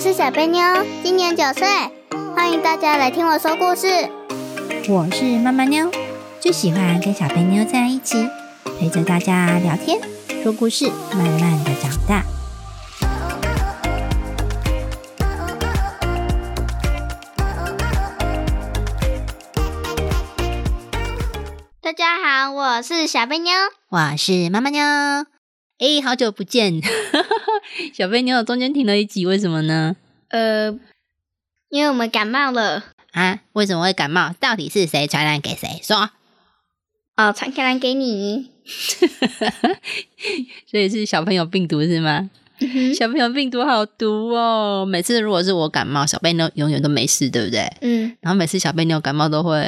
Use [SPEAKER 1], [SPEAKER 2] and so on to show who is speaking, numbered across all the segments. [SPEAKER 1] 是小贝妞，今年九岁，欢迎大家来听我说故事。
[SPEAKER 2] 我是妈妈妞，最喜欢跟小贝妞在一起，陪着大家聊天、说故事，慢慢的长大。
[SPEAKER 1] 大家好，我是小贝妞。
[SPEAKER 2] 我是妈妈妞，诶，好久不见， 小贝妞中间停了一集，为什么呢？
[SPEAKER 1] 呃，因为我们感冒了，
[SPEAKER 2] 啊，为什么会感冒？到底是谁传染给谁？说，
[SPEAKER 1] 哦，传开来给你。
[SPEAKER 2] 所以是小朋友病毒是吗？
[SPEAKER 1] 嗯哼
[SPEAKER 2] 小朋友病毒好毒哦！每次如果是我感冒，小贝妞永远都没事，对不对？
[SPEAKER 1] 嗯，
[SPEAKER 2] 然后每次小贝妞感冒都会，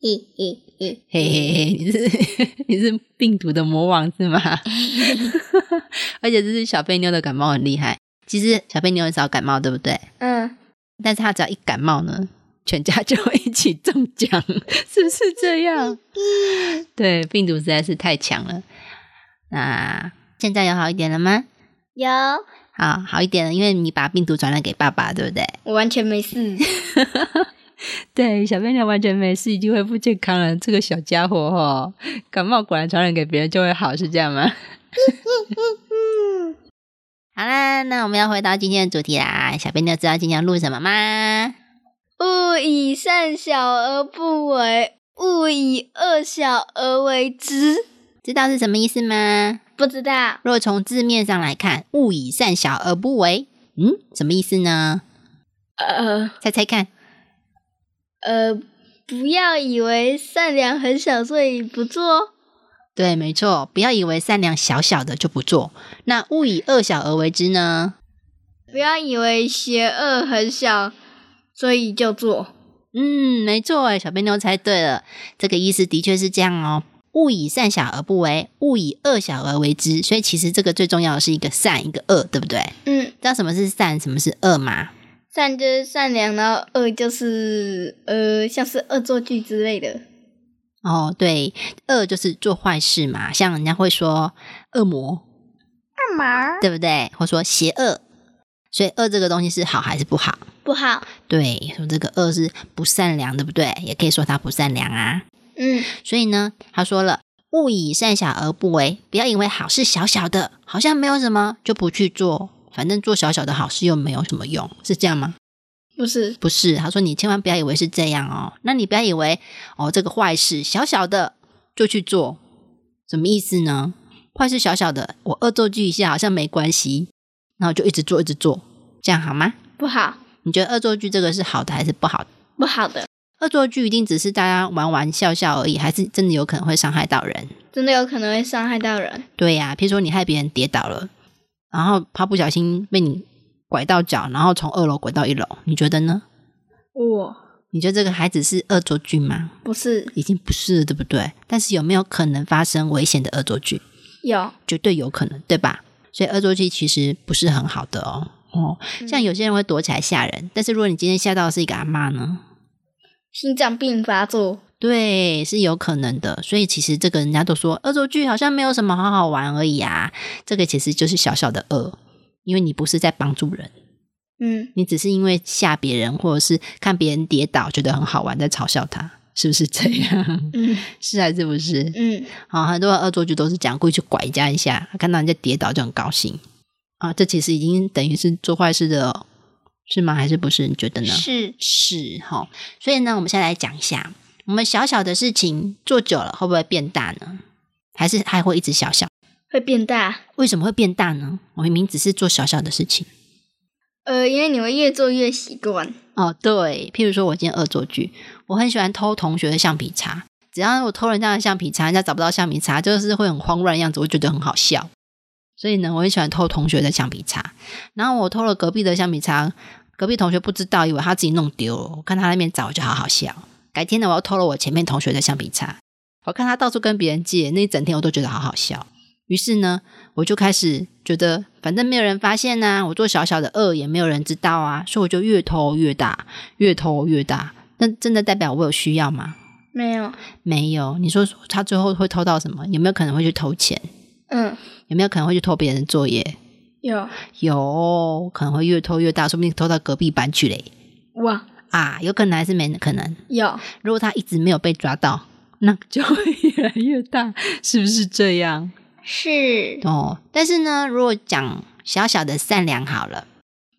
[SPEAKER 1] 咦咦咦，
[SPEAKER 2] 嘿嘿嘿，你是 你是病毒的魔王是吗？ 而且这是小贝妞的感冒很厉害。其实小贝妞很少感冒，对不对？
[SPEAKER 1] 嗯，
[SPEAKER 2] 但是她只要一感冒呢，全家就会一起中奖，是不是这样？对，病毒实在是太强了。那现在有好一点了吗？
[SPEAKER 1] 有，
[SPEAKER 2] 好好一点了，因为你把病毒传染给爸爸，对不对？
[SPEAKER 1] 我完全没 事。
[SPEAKER 2] 对，小贝妞完全没事，已经恢复健康了。这个小家伙哦， 感冒果然传染给别人就会好，是这样吗？ 好啦，那我们要回到今天的主题啦。小贝妞知道今天要录什么吗？
[SPEAKER 1] 勿以善小而不为，勿以恶小而为之。
[SPEAKER 2] 知道是什么意思吗？
[SPEAKER 1] 不知道，
[SPEAKER 2] 若从字面上来看，勿以善小而不为，嗯，什么意思呢？
[SPEAKER 1] 呃
[SPEAKER 2] 猜猜看，
[SPEAKER 1] 呃，不要以为善良很小，所以不做。
[SPEAKER 2] 对，没错，不要以为善良小小的就不做。那勿以恶小而为之呢？
[SPEAKER 1] 不要以为邪恶很小，所以就做。
[SPEAKER 2] 嗯，没错哎，小贝妞猜对了，这个意思的确是这样哦。勿以善小而不为，勿以恶小而为之。所以其实这个最重要的是一个善，一个恶，对不对？
[SPEAKER 1] 嗯，
[SPEAKER 2] 知道什么是善，什么是恶吗？
[SPEAKER 1] 善就是善良，然后恶就是呃，像是恶作剧之类的。
[SPEAKER 2] 哦，对，恶就是做坏事嘛，像人家会说恶魔，
[SPEAKER 1] 干嘛？
[SPEAKER 2] 对不对？或说邪恶。所以恶这个东西是好还是不好？
[SPEAKER 1] 不好。
[SPEAKER 2] 对，说这个恶是不善良，对不对？也可以说它不善良啊。
[SPEAKER 1] 嗯
[SPEAKER 2] 所以呢，他说了，勿以善小而不为，不要因为好事小小的，好像没有什么，就不去做。反正做小小的好事又没有什么用，是这样吗？
[SPEAKER 1] 不是。
[SPEAKER 2] 不是，他说你千万不要以为是这样哦。那你不要以为哦，这个坏事小小的就去做，什么意思呢？坏事小小的，我恶作剧一下好像没关系，那我就一直做，一直做，这样好吗？
[SPEAKER 1] 不好，
[SPEAKER 2] 你觉得恶作剧这个是好的还是不好的？
[SPEAKER 1] 不好的，
[SPEAKER 2] 恶作剧一定只是大家玩玩笑笑而已，还是真的有可能会伤害到人？
[SPEAKER 1] 真的有可能会伤害到人。
[SPEAKER 2] 对呀、譬如说你害别人跌倒了，然后他不小心被你拐到脚，然后从二楼拐到一楼，你觉得呢？
[SPEAKER 1] 我
[SPEAKER 2] 你觉得这个孩子是恶作剧吗？
[SPEAKER 1] 不是
[SPEAKER 2] 已经不是了，对不对？但是有没有可能发生危险的恶作剧？
[SPEAKER 1] 有，
[SPEAKER 2] 绝对有可能，对吧？所以恶作剧其实不是很好的哦。哦，像有些人会躲起来吓人，但是如果你今天吓到的是一个阿嬷呢？
[SPEAKER 1] 心脏病发作。
[SPEAKER 2] 对，是有可能的。所以其实这个人家都说恶作剧好像没有什么好好玩而已啊，这个其实就是小小的恶，因为你不是在帮助人，
[SPEAKER 1] 嗯，
[SPEAKER 2] 你只是因为吓别人或者是看别人跌倒觉得很好玩在嘲笑他，是不是这样？
[SPEAKER 1] 嗯
[SPEAKER 2] 是啊还是不是？
[SPEAKER 1] 嗯，
[SPEAKER 2] 好，很多人恶作剧都是这样，故意去拐人家一下，看到人家跌倒就很高兴啊，这其实已经等于是做坏事的、哦，是吗？还是不是？你觉得呢？
[SPEAKER 1] 是
[SPEAKER 2] 是哈，所以呢，我们先来讲一下，我们小小的事情做久了会不会变大呢？还是还会一直小小？
[SPEAKER 1] 会变大。
[SPEAKER 2] 为什么会变大呢？我明明只是做小小的事情
[SPEAKER 1] 呃，因为你会越做越习惯。
[SPEAKER 2] 哦，对，譬如说我今天恶作剧，我很喜欢偷同学的橡皮擦，只要我偷人家的橡皮擦，人家找不到橡皮擦，就是会很慌乱的样子，我觉得很好笑。所以呢，我很喜欢偷同学的橡皮擦，然后我偷了隔壁的橡皮擦，隔壁同学不知道，以为他自己弄丢了。我看他那边找，我就好好笑。改天呢，我要偷了我前面同学的橡皮擦，我看他到处跟别人借，那一整天我都觉得好好笑。于是呢，我就开始觉得，反正没有人发现呐、我做小小的恶也没有人知道啊，所以我就越偷越大，越偷越大。那真的代表我有需要吗？
[SPEAKER 1] 没有。
[SPEAKER 2] 没有。你说他最后会偷到什么？有没有可能会去偷钱？
[SPEAKER 1] 嗯，
[SPEAKER 2] 有没有可能会去偷别人的作业？
[SPEAKER 1] 有
[SPEAKER 2] 有可能会越偷越大，说不定偷到隔壁班去嘞
[SPEAKER 1] 哇，
[SPEAKER 2] 啊，有可能还是没可能。
[SPEAKER 1] 有
[SPEAKER 2] 如果他一直没有被抓到，那就会 越来越大，是不是这样？
[SPEAKER 1] 是
[SPEAKER 2] 哦，但是呢，如果讲小小的善良好了，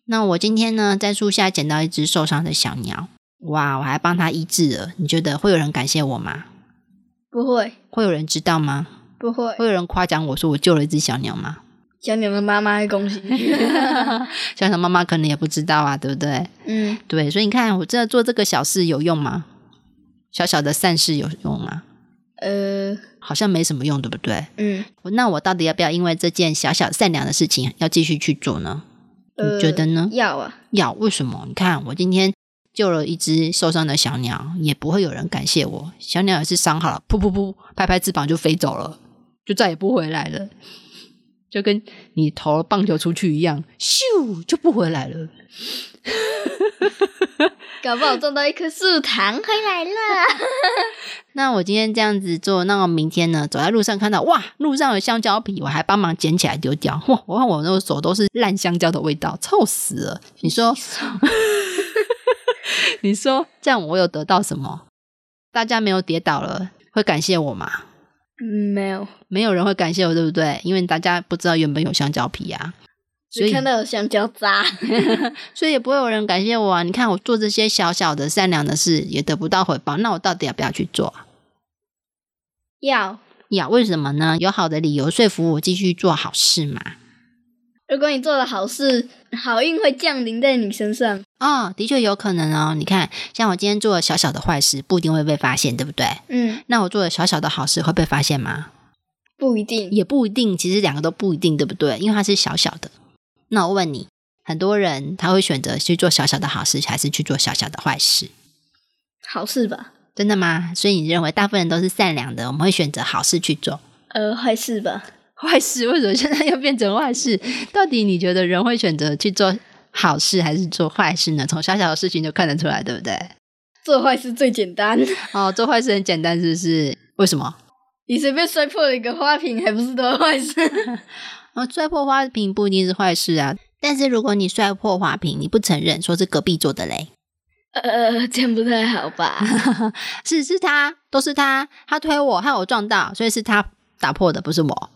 [SPEAKER 2] 那我今天呢在树下捡到一只受伤的小鸟，哇，我还帮它医治了。你觉得会有人感谢我吗？
[SPEAKER 1] 不会
[SPEAKER 2] 会有人知道吗？
[SPEAKER 1] 不会，
[SPEAKER 2] 会有人夸奖我说我救了一只小鸟吗？
[SPEAKER 1] 小鸟的妈妈会 恭喜你。
[SPEAKER 2] 小鸟妈妈可能也不知道啊，对不对？
[SPEAKER 1] 嗯，
[SPEAKER 2] 对，所以你看，我真的做这个小事有用吗？小小的善事有用吗？
[SPEAKER 1] 呃，
[SPEAKER 2] 好像没什么用，对不对？
[SPEAKER 1] 嗯，
[SPEAKER 2] 那我到底要不要因为这件小小善良的事情要继续去做呢？
[SPEAKER 1] 呃
[SPEAKER 2] 你觉得呢？
[SPEAKER 1] 要啊，
[SPEAKER 2] 要为什么？你看，我今天救了一只受伤的小鸟，也不会有人感谢我。小鸟也是伤好了，噗噗噗，拍拍翅膀就飞走了，就再也不回来了，就跟你投了棒球出去一样，咻就不回来了。
[SPEAKER 1] 搞不好种到一棵树糖回来 了。
[SPEAKER 2] 那我今天这样子做，那我明天呢？走在路上看到哇，路上有香蕉皮，我还帮忙捡起来丢掉。 哇，我看我那个手都是烂香蕉的味道，臭死了！你说， 你说这样我有得到什么？大家没有跌倒了，会感谢我吗？
[SPEAKER 1] 嗯，没有，
[SPEAKER 2] 没有人会感谢我，对不对？因为大家不知道原本有香蕉皮啊，所
[SPEAKER 1] 只
[SPEAKER 2] 以
[SPEAKER 1] 看到有香蕉渣。
[SPEAKER 2] 所以也不会有人感谢我啊。你看我做这些小小的善良的事，也得不到回报，那我到底要不要去做啊？
[SPEAKER 1] 要，
[SPEAKER 2] 呀，为什么呢？有好的理由说服我继续做好事嘛？
[SPEAKER 1] 如果你做了好事，好运会降临在你身上。
[SPEAKER 2] 哦，的确有可能哦。你看，像我今天做了小小的坏事，不一定会被发现，对不对？
[SPEAKER 1] 嗯，
[SPEAKER 2] 那我做了小小的好事会被发现吗？
[SPEAKER 1] 不一定。
[SPEAKER 2] 也不一定，其实两个都不一定，对不对？因为它是小小的。那我问你，很多人他会选择去做小小的好事，还是去做小小的坏事？
[SPEAKER 1] 好事吧，
[SPEAKER 2] 真的吗？所以你认为大部分人都是善良的，我们会选择好事去做？
[SPEAKER 1] 呃，坏事吧，
[SPEAKER 2] 坏事为什么现在又变成坏事？到底你觉得人会选择去做好事还是做坏事呢？从小小的事情就看得出来，对不对？
[SPEAKER 1] 做坏事最简单。
[SPEAKER 2] 哦，做坏事很简单，是不是？为什么？
[SPEAKER 1] 你随便摔破了一个花瓶，还不是都坏 事？
[SPEAKER 2] 哦，摔破花瓶不一定是坏事啊，但是如果你摔破花瓶，你不承认说是隔壁做的嘞，
[SPEAKER 1] 呃，这样不太好吧？
[SPEAKER 2] 是是他，都是他，他推我，害我撞到，所以是他打破的，不是我。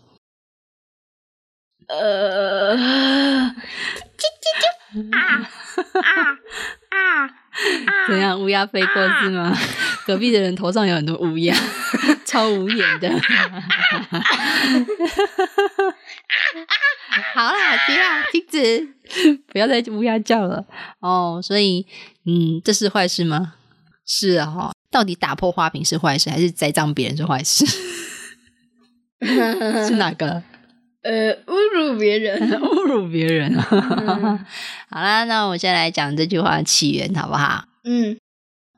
[SPEAKER 1] 呃，
[SPEAKER 2] 怎样？乌鸦飞过是吗？ 隔壁的人头上有很多乌鸦， 超无眼的。 好啦，停啦，停止， 不要再乌鸦叫了。哦，所以，嗯，这是坏事吗？是啊、哦，到底打破花瓶是坏事，还是栽赃别人是坏事？ 是哪个？
[SPEAKER 1] 呃，侮辱别人，
[SPEAKER 2] 侮辱别人啊！ 好啦，那我先来讲这句话的起源，好不好？
[SPEAKER 1] 嗯，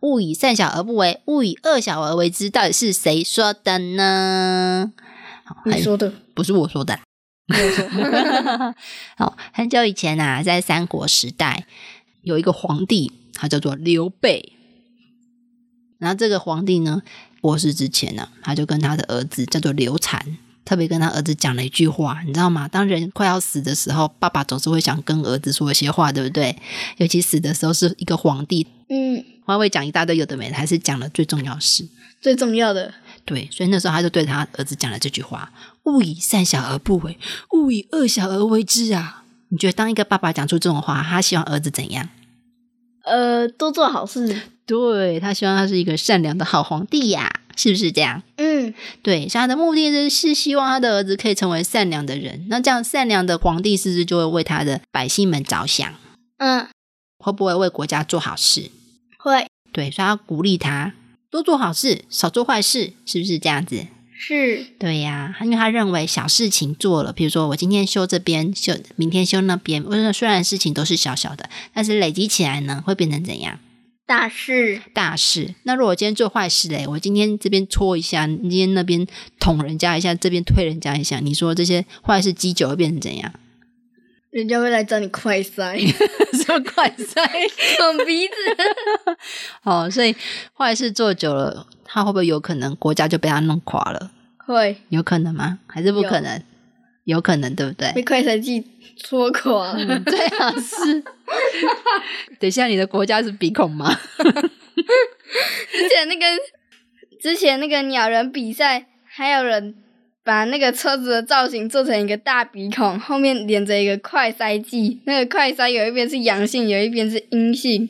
[SPEAKER 2] 勿以善小而不为，勿以恶小而为之，到底是谁说的呢？
[SPEAKER 1] 你说的，
[SPEAKER 2] 不是我 说的啦。 好，很久以前啊，在三国时代，有一个皇帝，他叫做刘备。然后这个皇帝呢，过世之前呢、他就跟他的儿子叫做刘禅，特别跟他儿子讲了一句话，你知道吗？当人快要死的时候，爸爸总是会想跟儿子说一些话，对不对？尤其死的时候是一个皇帝，
[SPEAKER 1] 嗯，
[SPEAKER 2] 他会讲一大堆有的没的，还是讲了最重要的事。
[SPEAKER 1] 最重要的，
[SPEAKER 2] 对，所以那时候他就对他儿子讲了这句话：“勿以善小而不为，勿以恶小而为之啊！”你觉得当一个爸爸讲出这种话，他希望儿子怎样？
[SPEAKER 1] 呃，多做好事，
[SPEAKER 2] 对他希望他是一个善良的好皇帝呀、是不是这样？
[SPEAKER 1] 嗯，
[SPEAKER 2] 对，所以他的目的是是希望他的儿子可以成为善良的人。那这样善良的皇帝是不是就会为他的百姓们着想？
[SPEAKER 1] 嗯，
[SPEAKER 2] 会不会为国家做好事？
[SPEAKER 1] 会
[SPEAKER 2] 对，所以他要鼓励他多做好事，少做坏事，是不是这样子？
[SPEAKER 1] 是，
[SPEAKER 2] 对呀、因为他认为小事情做了，比如说我今天修这边，修明天修那边，我说虽然事情都是小小的，但是累积起来呢，会变成怎样？
[SPEAKER 1] 大事，
[SPEAKER 2] 大事。那如果我今天做坏事嘞，我今天这边戳一下，今天那边捅人家一下，这边推人家一下，你说这些坏事积久会变成怎样？
[SPEAKER 1] 人家会来找你快塞，
[SPEAKER 2] 说快塞
[SPEAKER 1] 捅鼻子，
[SPEAKER 2] 哦，所以坏事做久了，他会不会有可能国家就被他弄垮了？
[SPEAKER 1] 会
[SPEAKER 2] 有可能吗？还是不可能？有可能对不对？
[SPEAKER 1] 被快闪剂戳垮了。
[SPEAKER 2] 嗯最好是。等一下，你的国家是鼻孔吗？
[SPEAKER 1] 之前那个之前那个鸟人比赛，还有人把那个车子的造型做成一个大鼻孔，后面连着一个快塞剂，那个快塞有一边是阳性，有一边是阴性。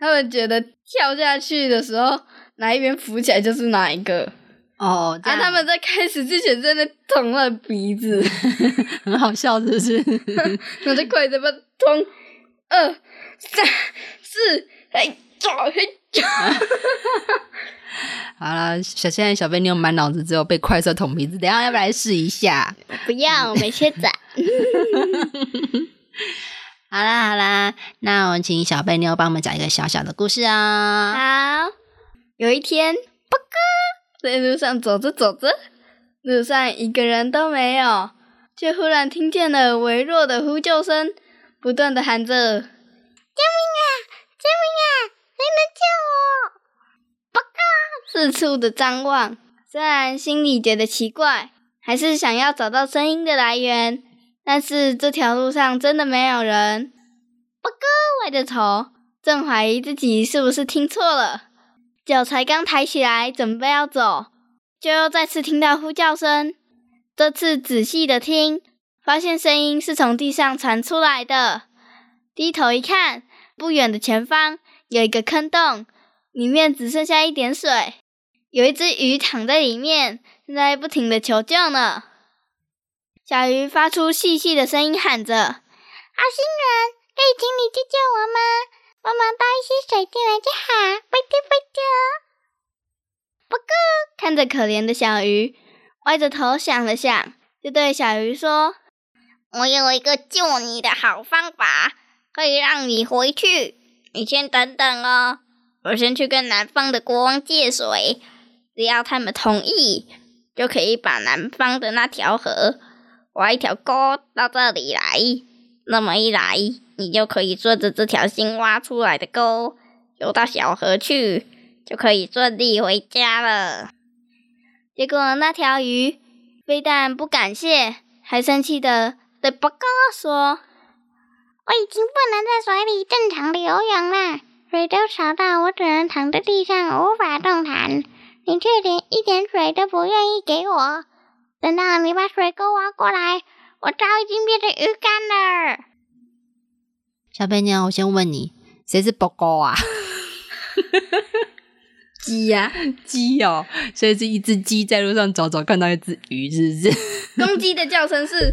[SPEAKER 1] 他们觉得跳下去的时候，哪一边浮起来就是哪一个。
[SPEAKER 2] 哦，这
[SPEAKER 1] 啊，
[SPEAKER 2] 样
[SPEAKER 1] 他们在开始之前真的捅了鼻子，
[SPEAKER 2] 很好笑，是不是？
[SPEAKER 1] 我就快着把捅二三四，哎，抓嘿。
[SPEAKER 2] 好啦，小现在小贝妞满脑子只有被快射捅鼻子，等一下要不要来试一下？
[SPEAKER 1] 不要，我没切仔。
[SPEAKER 2] 好啦好啦，那我们请小贝妞帮我们讲一个小小的故事啊、
[SPEAKER 1] 好，有一天，八哥在路上走着走着，路上一个人都没有，却忽然听见了微弱的呼救声，不断的喊着：“救命啊！救命啊！谁能救我？”八哥四处的张望，虽然心里觉得奇怪，还是想要找到声音的来源，但是这条路上真的没有人。八哥歪着头。正怀疑自己是不是听错了，脚才刚抬起来，准备要走，就又再次听到呼叫声。这次仔细的听，发现声音是从地上传出来的。低头一看，不远的前方有一个坑洞，里面只剩下一点水，有一只鱼躺在里面，正在不停的求救呢。小鱼发出细细的声音，喊着：“好心人，可以请你救救我吗？”帮忙倒一些水进来就好，拜托拜托。不过看着可怜的小鱼，歪着头想了想，就对小鱼说：“我有一个救你的好方法，可以让你回去。你先等等哦，我先去跟南方的国王借水，只要他们同意，就可以把南方的那条河挖一条沟到这里来。”那么一来，你就可以顺着这条新挖出来的沟游到小河去，就可以顺利回家了。结果那条鱼非但不感谢，还生气的对报告说：“
[SPEAKER 3] 我已经不能在水里正常的游泳啦，水都少到我只能躺在地上，无法动弹。你却连一点水都不愿意给我。等到你把水沟挖过来，我早已经变成鱼干了。
[SPEAKER 2] 小贝妞，我先问你，谁是波哥 啊？
[SPEAKER 1] 鸡呀、
[SPEAKER 2] 鸡哦，所以是一只鸡在路上走走，看到一只鱼，是不是？
[SPEAKER 1] 公鸡的叫声是，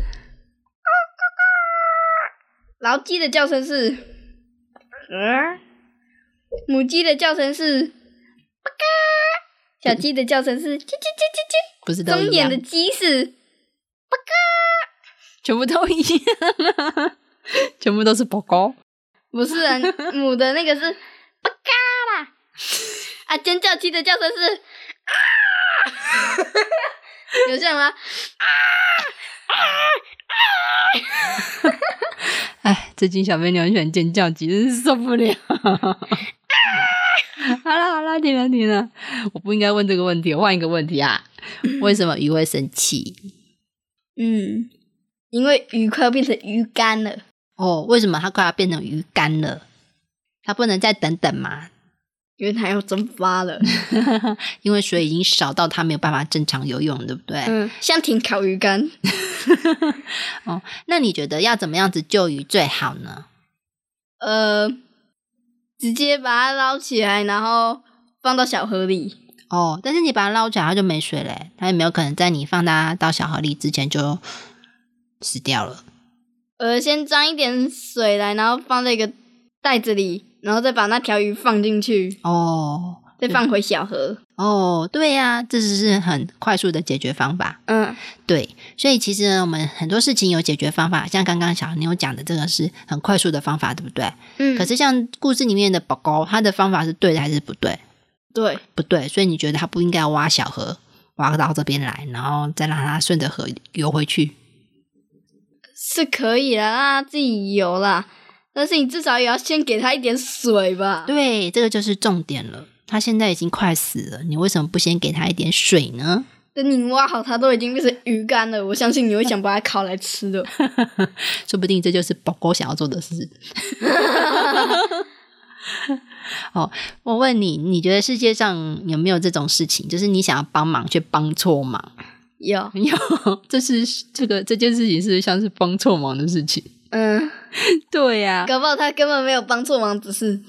[SPEAKER 1] 老鸡的叫声是，母鸡的叫声是，小鸡的叫声是，叽叽叽叽叽。
[SPEAKER 2] 不是都
[SPEAKER 1] 中
[SPEAKER 2] 一
[SPEAKER 1] 年
[SPEAKER 2] 样
[SPEAKER 1] 的？鸡是
[SPEAKER 2] 全部都一样、 啊，全部都是波哥。
[SPEAKER 1] 不是啊，母的那个是不嘎啦，啊，尖叫鸡的叫声是啊，有这样吗？
[SPEAKER 2] 哎，最近小贝妞很喜欢尖叫，鸡，真是受不了。 好啦好啦，停了停了，我不应该问这个问题，我换一个问题啊。为什么鱼会生气？
[SPEAKER 1] 嗯，因为鱼快要变成鱼干了，
[SPEAKER 2] 哦，为什么它快要变成鱼干了？它不能再等等吗？
[SPEAKER 1] 因为它要蒸发了。
[SPEAKER 2] 因为水已经少到它没有办法正常游泳，对不对？
[SPEAKER 1] 嗯，像挺烤鱼干，
[SPEAKER 2] 哦，那你觉得要怎么样子救鱼最好呢？
[SPEAKER 1] 呃，直接把它捞起来，然后放到小河里。
[SPEAKER 2] 哦，但是你把它捞起来，它就没水嘞，它有没有可能在你放它到小河里之前就死掉了？
[SPEAKER 1] 呃，先装一点水来，然后放在一个袋子里，然后再把那条鱼放进去，
[SPEAKER 2] 哦
[SPEAKER 1] 再放回小河。
[SPEAKER 2] 哦，对呀、这只是很快速的解决方法。
[SPEAKER 1] 嗯，
[SPEAKER 2] 对，所以其实呢，我们很多事情有解决方法，像刚刚小妞讲的这个是很快速的方法，对不对？
[SPEAKER 1] 嗯
[SPEAKER 2] 可是像故事里面的宝宝，他的方法是对的还是不对？
[SPEAKER 1] 对，
[SPEAKER 2] 不对，所以你觉得他不应该挖小河，挖到这边来，然后再让它顺着河游回去？
[SPEAKER 1] 是可以啦，让他自己游啦。但是你至少也要先给他一点水吧。
[SPEAKER 2] 对，这个就是重点了。他现在已经快死了，你为什么不先给他一点水呢？
[SPEAKER 1] 等你挖好它都已经变成鱼干了，我相信你会想把它烤来吃的。
[SPEAKER 2] 说不定这就是宝狗想要做的事。 哦，我问你，你觉得世界上有没有这种事情，就是你想要帮忙却帮错忙？
[SPEAKER 1] 有，
[SPEAKER 2] 有，这是这个这件事情是不是像是帮错忙的事情？
[SPEAKER 1] 嗯，
[SPEAKER 2] 对呀、
[SPEAKER 1] 搞不好他根本没有帮错忙，只是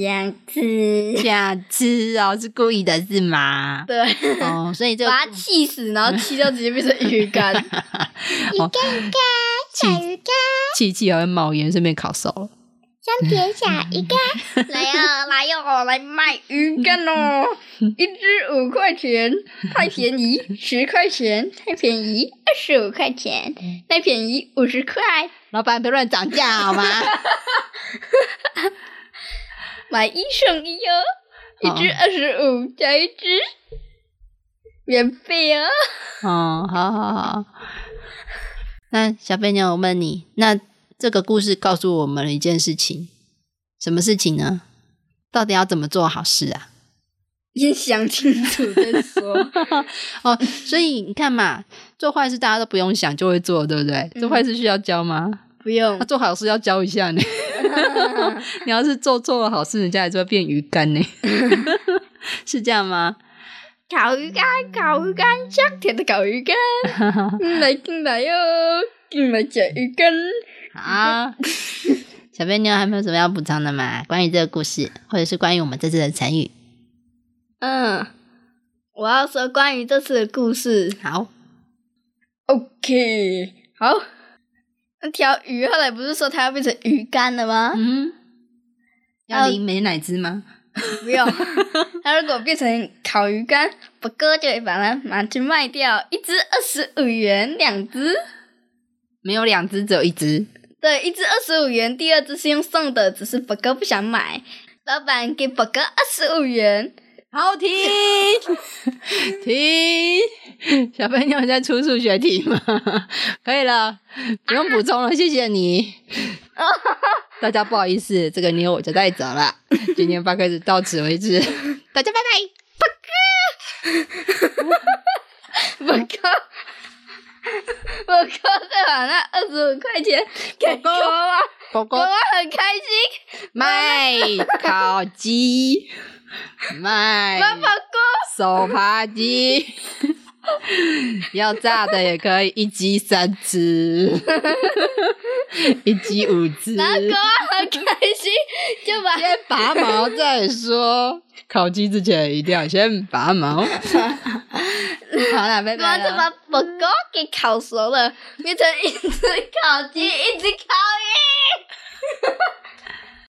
[SPEAKER 1] 想吃。
[SPEAKER 2] 假吃哦，是故意的是吗？
[SPEAKER 1] 对，
[SPEAKER 2] 哦，所以这个
[SPEAKER 1] 把它气死，然后气到直接变成鱼 干。
[SPEAKER 2] 哦
[SPEAKER 3] 小鱼干，
[SPEAKER 2] 气气还会冒烟，顺便烤熟了。
[SPEAKER 3] 香甜小鱼 干，
[SPEAKER 1] 来呀、来呀、来卖鱼干哦！ 一只五块钱，太便宜；十块钱，太便宜；二十五块钱，太便宜；五十块，
[SPEAKER 2] 老板，别乱涨价好吗？
[SPEAKER 1] 买一送一哦！一只二十五加一只，免费 哦！
[SPEAKER 2] 哦，好好好。 那小飞鸟，我问你，那这个故事告诉我们了一件事情，什么事情呢？到底要怎么做好事啊？
[SPEAKER 1] 先想清楚再说。
[SPEAKER 2] 哦，所以你看嘛，做坏事大家都不用想就会做，对不对？做坏事需要教吗？
[SPEAKER 1] 不用
[SPEAKER 2] 那、，做好事要教一下呢。 你要是做错了好事，人家还是会变鱼干呢， 是这样吗？
[SPEAKER 1] 烤鱼干，烤鱼干，香甜的烤鱼干，嗯来进来哟，进来吃鱼干。
[SPEAKER 2] 好，小贝妞还没有什么要补充的吗？关于这个故事，或者是关于我们这次的成语？
[SPEAKER 1] 嗯，我要说关于这次的故事。
[SPEAKER 2] 好，
[SPEAKER 1] OK，好。那条鱼后来不是说它要变成鱼干了吗？
[SPEAKER 2] 嗯，
[SPEAKER 1] 要
[SPEAKER 2] 淋美乃滋吗？
[SPEAKER 1] 不用，它如果变成烤鱼干，不哥就会把它拿去卖掉，一只二十五元，两只。
[SPEAKER 2] 没有两只，只有一只。
[SPEAKER 1] 对，一只二十五元，第二只是用送的，只是博哥不想买，老板给博哥二十五元。
[SPEAKER 2] 好停停，小朋友在出数学题吗？ 可以了，不用补充了，谢 谢你。大家不好意思，这个妞我就带走了。今天八开始到此为止，大家拜拜。
[SPEAKER 1] 博哥，博哥再把那二十五块钱给
[SPEAKER 2] 狗
[SPEAKER 1] 国
[SPEAKER 2] 狗
[SPEAKER 1] 王，
[SPEAKER 2] 狗狗
[SPEAKER 1] 国王很开心。
[SPEAKER 2] 卖烤鸡，卖
[SPEAKER 1] 妈妈锅，
[SPEAKER 2] 手扒鸡，要炸的也可以，一鸡三 只，一鸡五只。
[SPEAKER 1] 然后国王很开心，就 把
[SPEAKER 2] 先拔毛再说。 烤鸡之前一定要先拔毛。 好了，拜
[SPEAKER 1] 国王
[SPEAKER 2] 拜
[SPEAKER 1] 就
[SPEAKER 2] 了。
[SPEAKER 1] 把狗狗给烤熟了，变成一只烤鸡，一只烤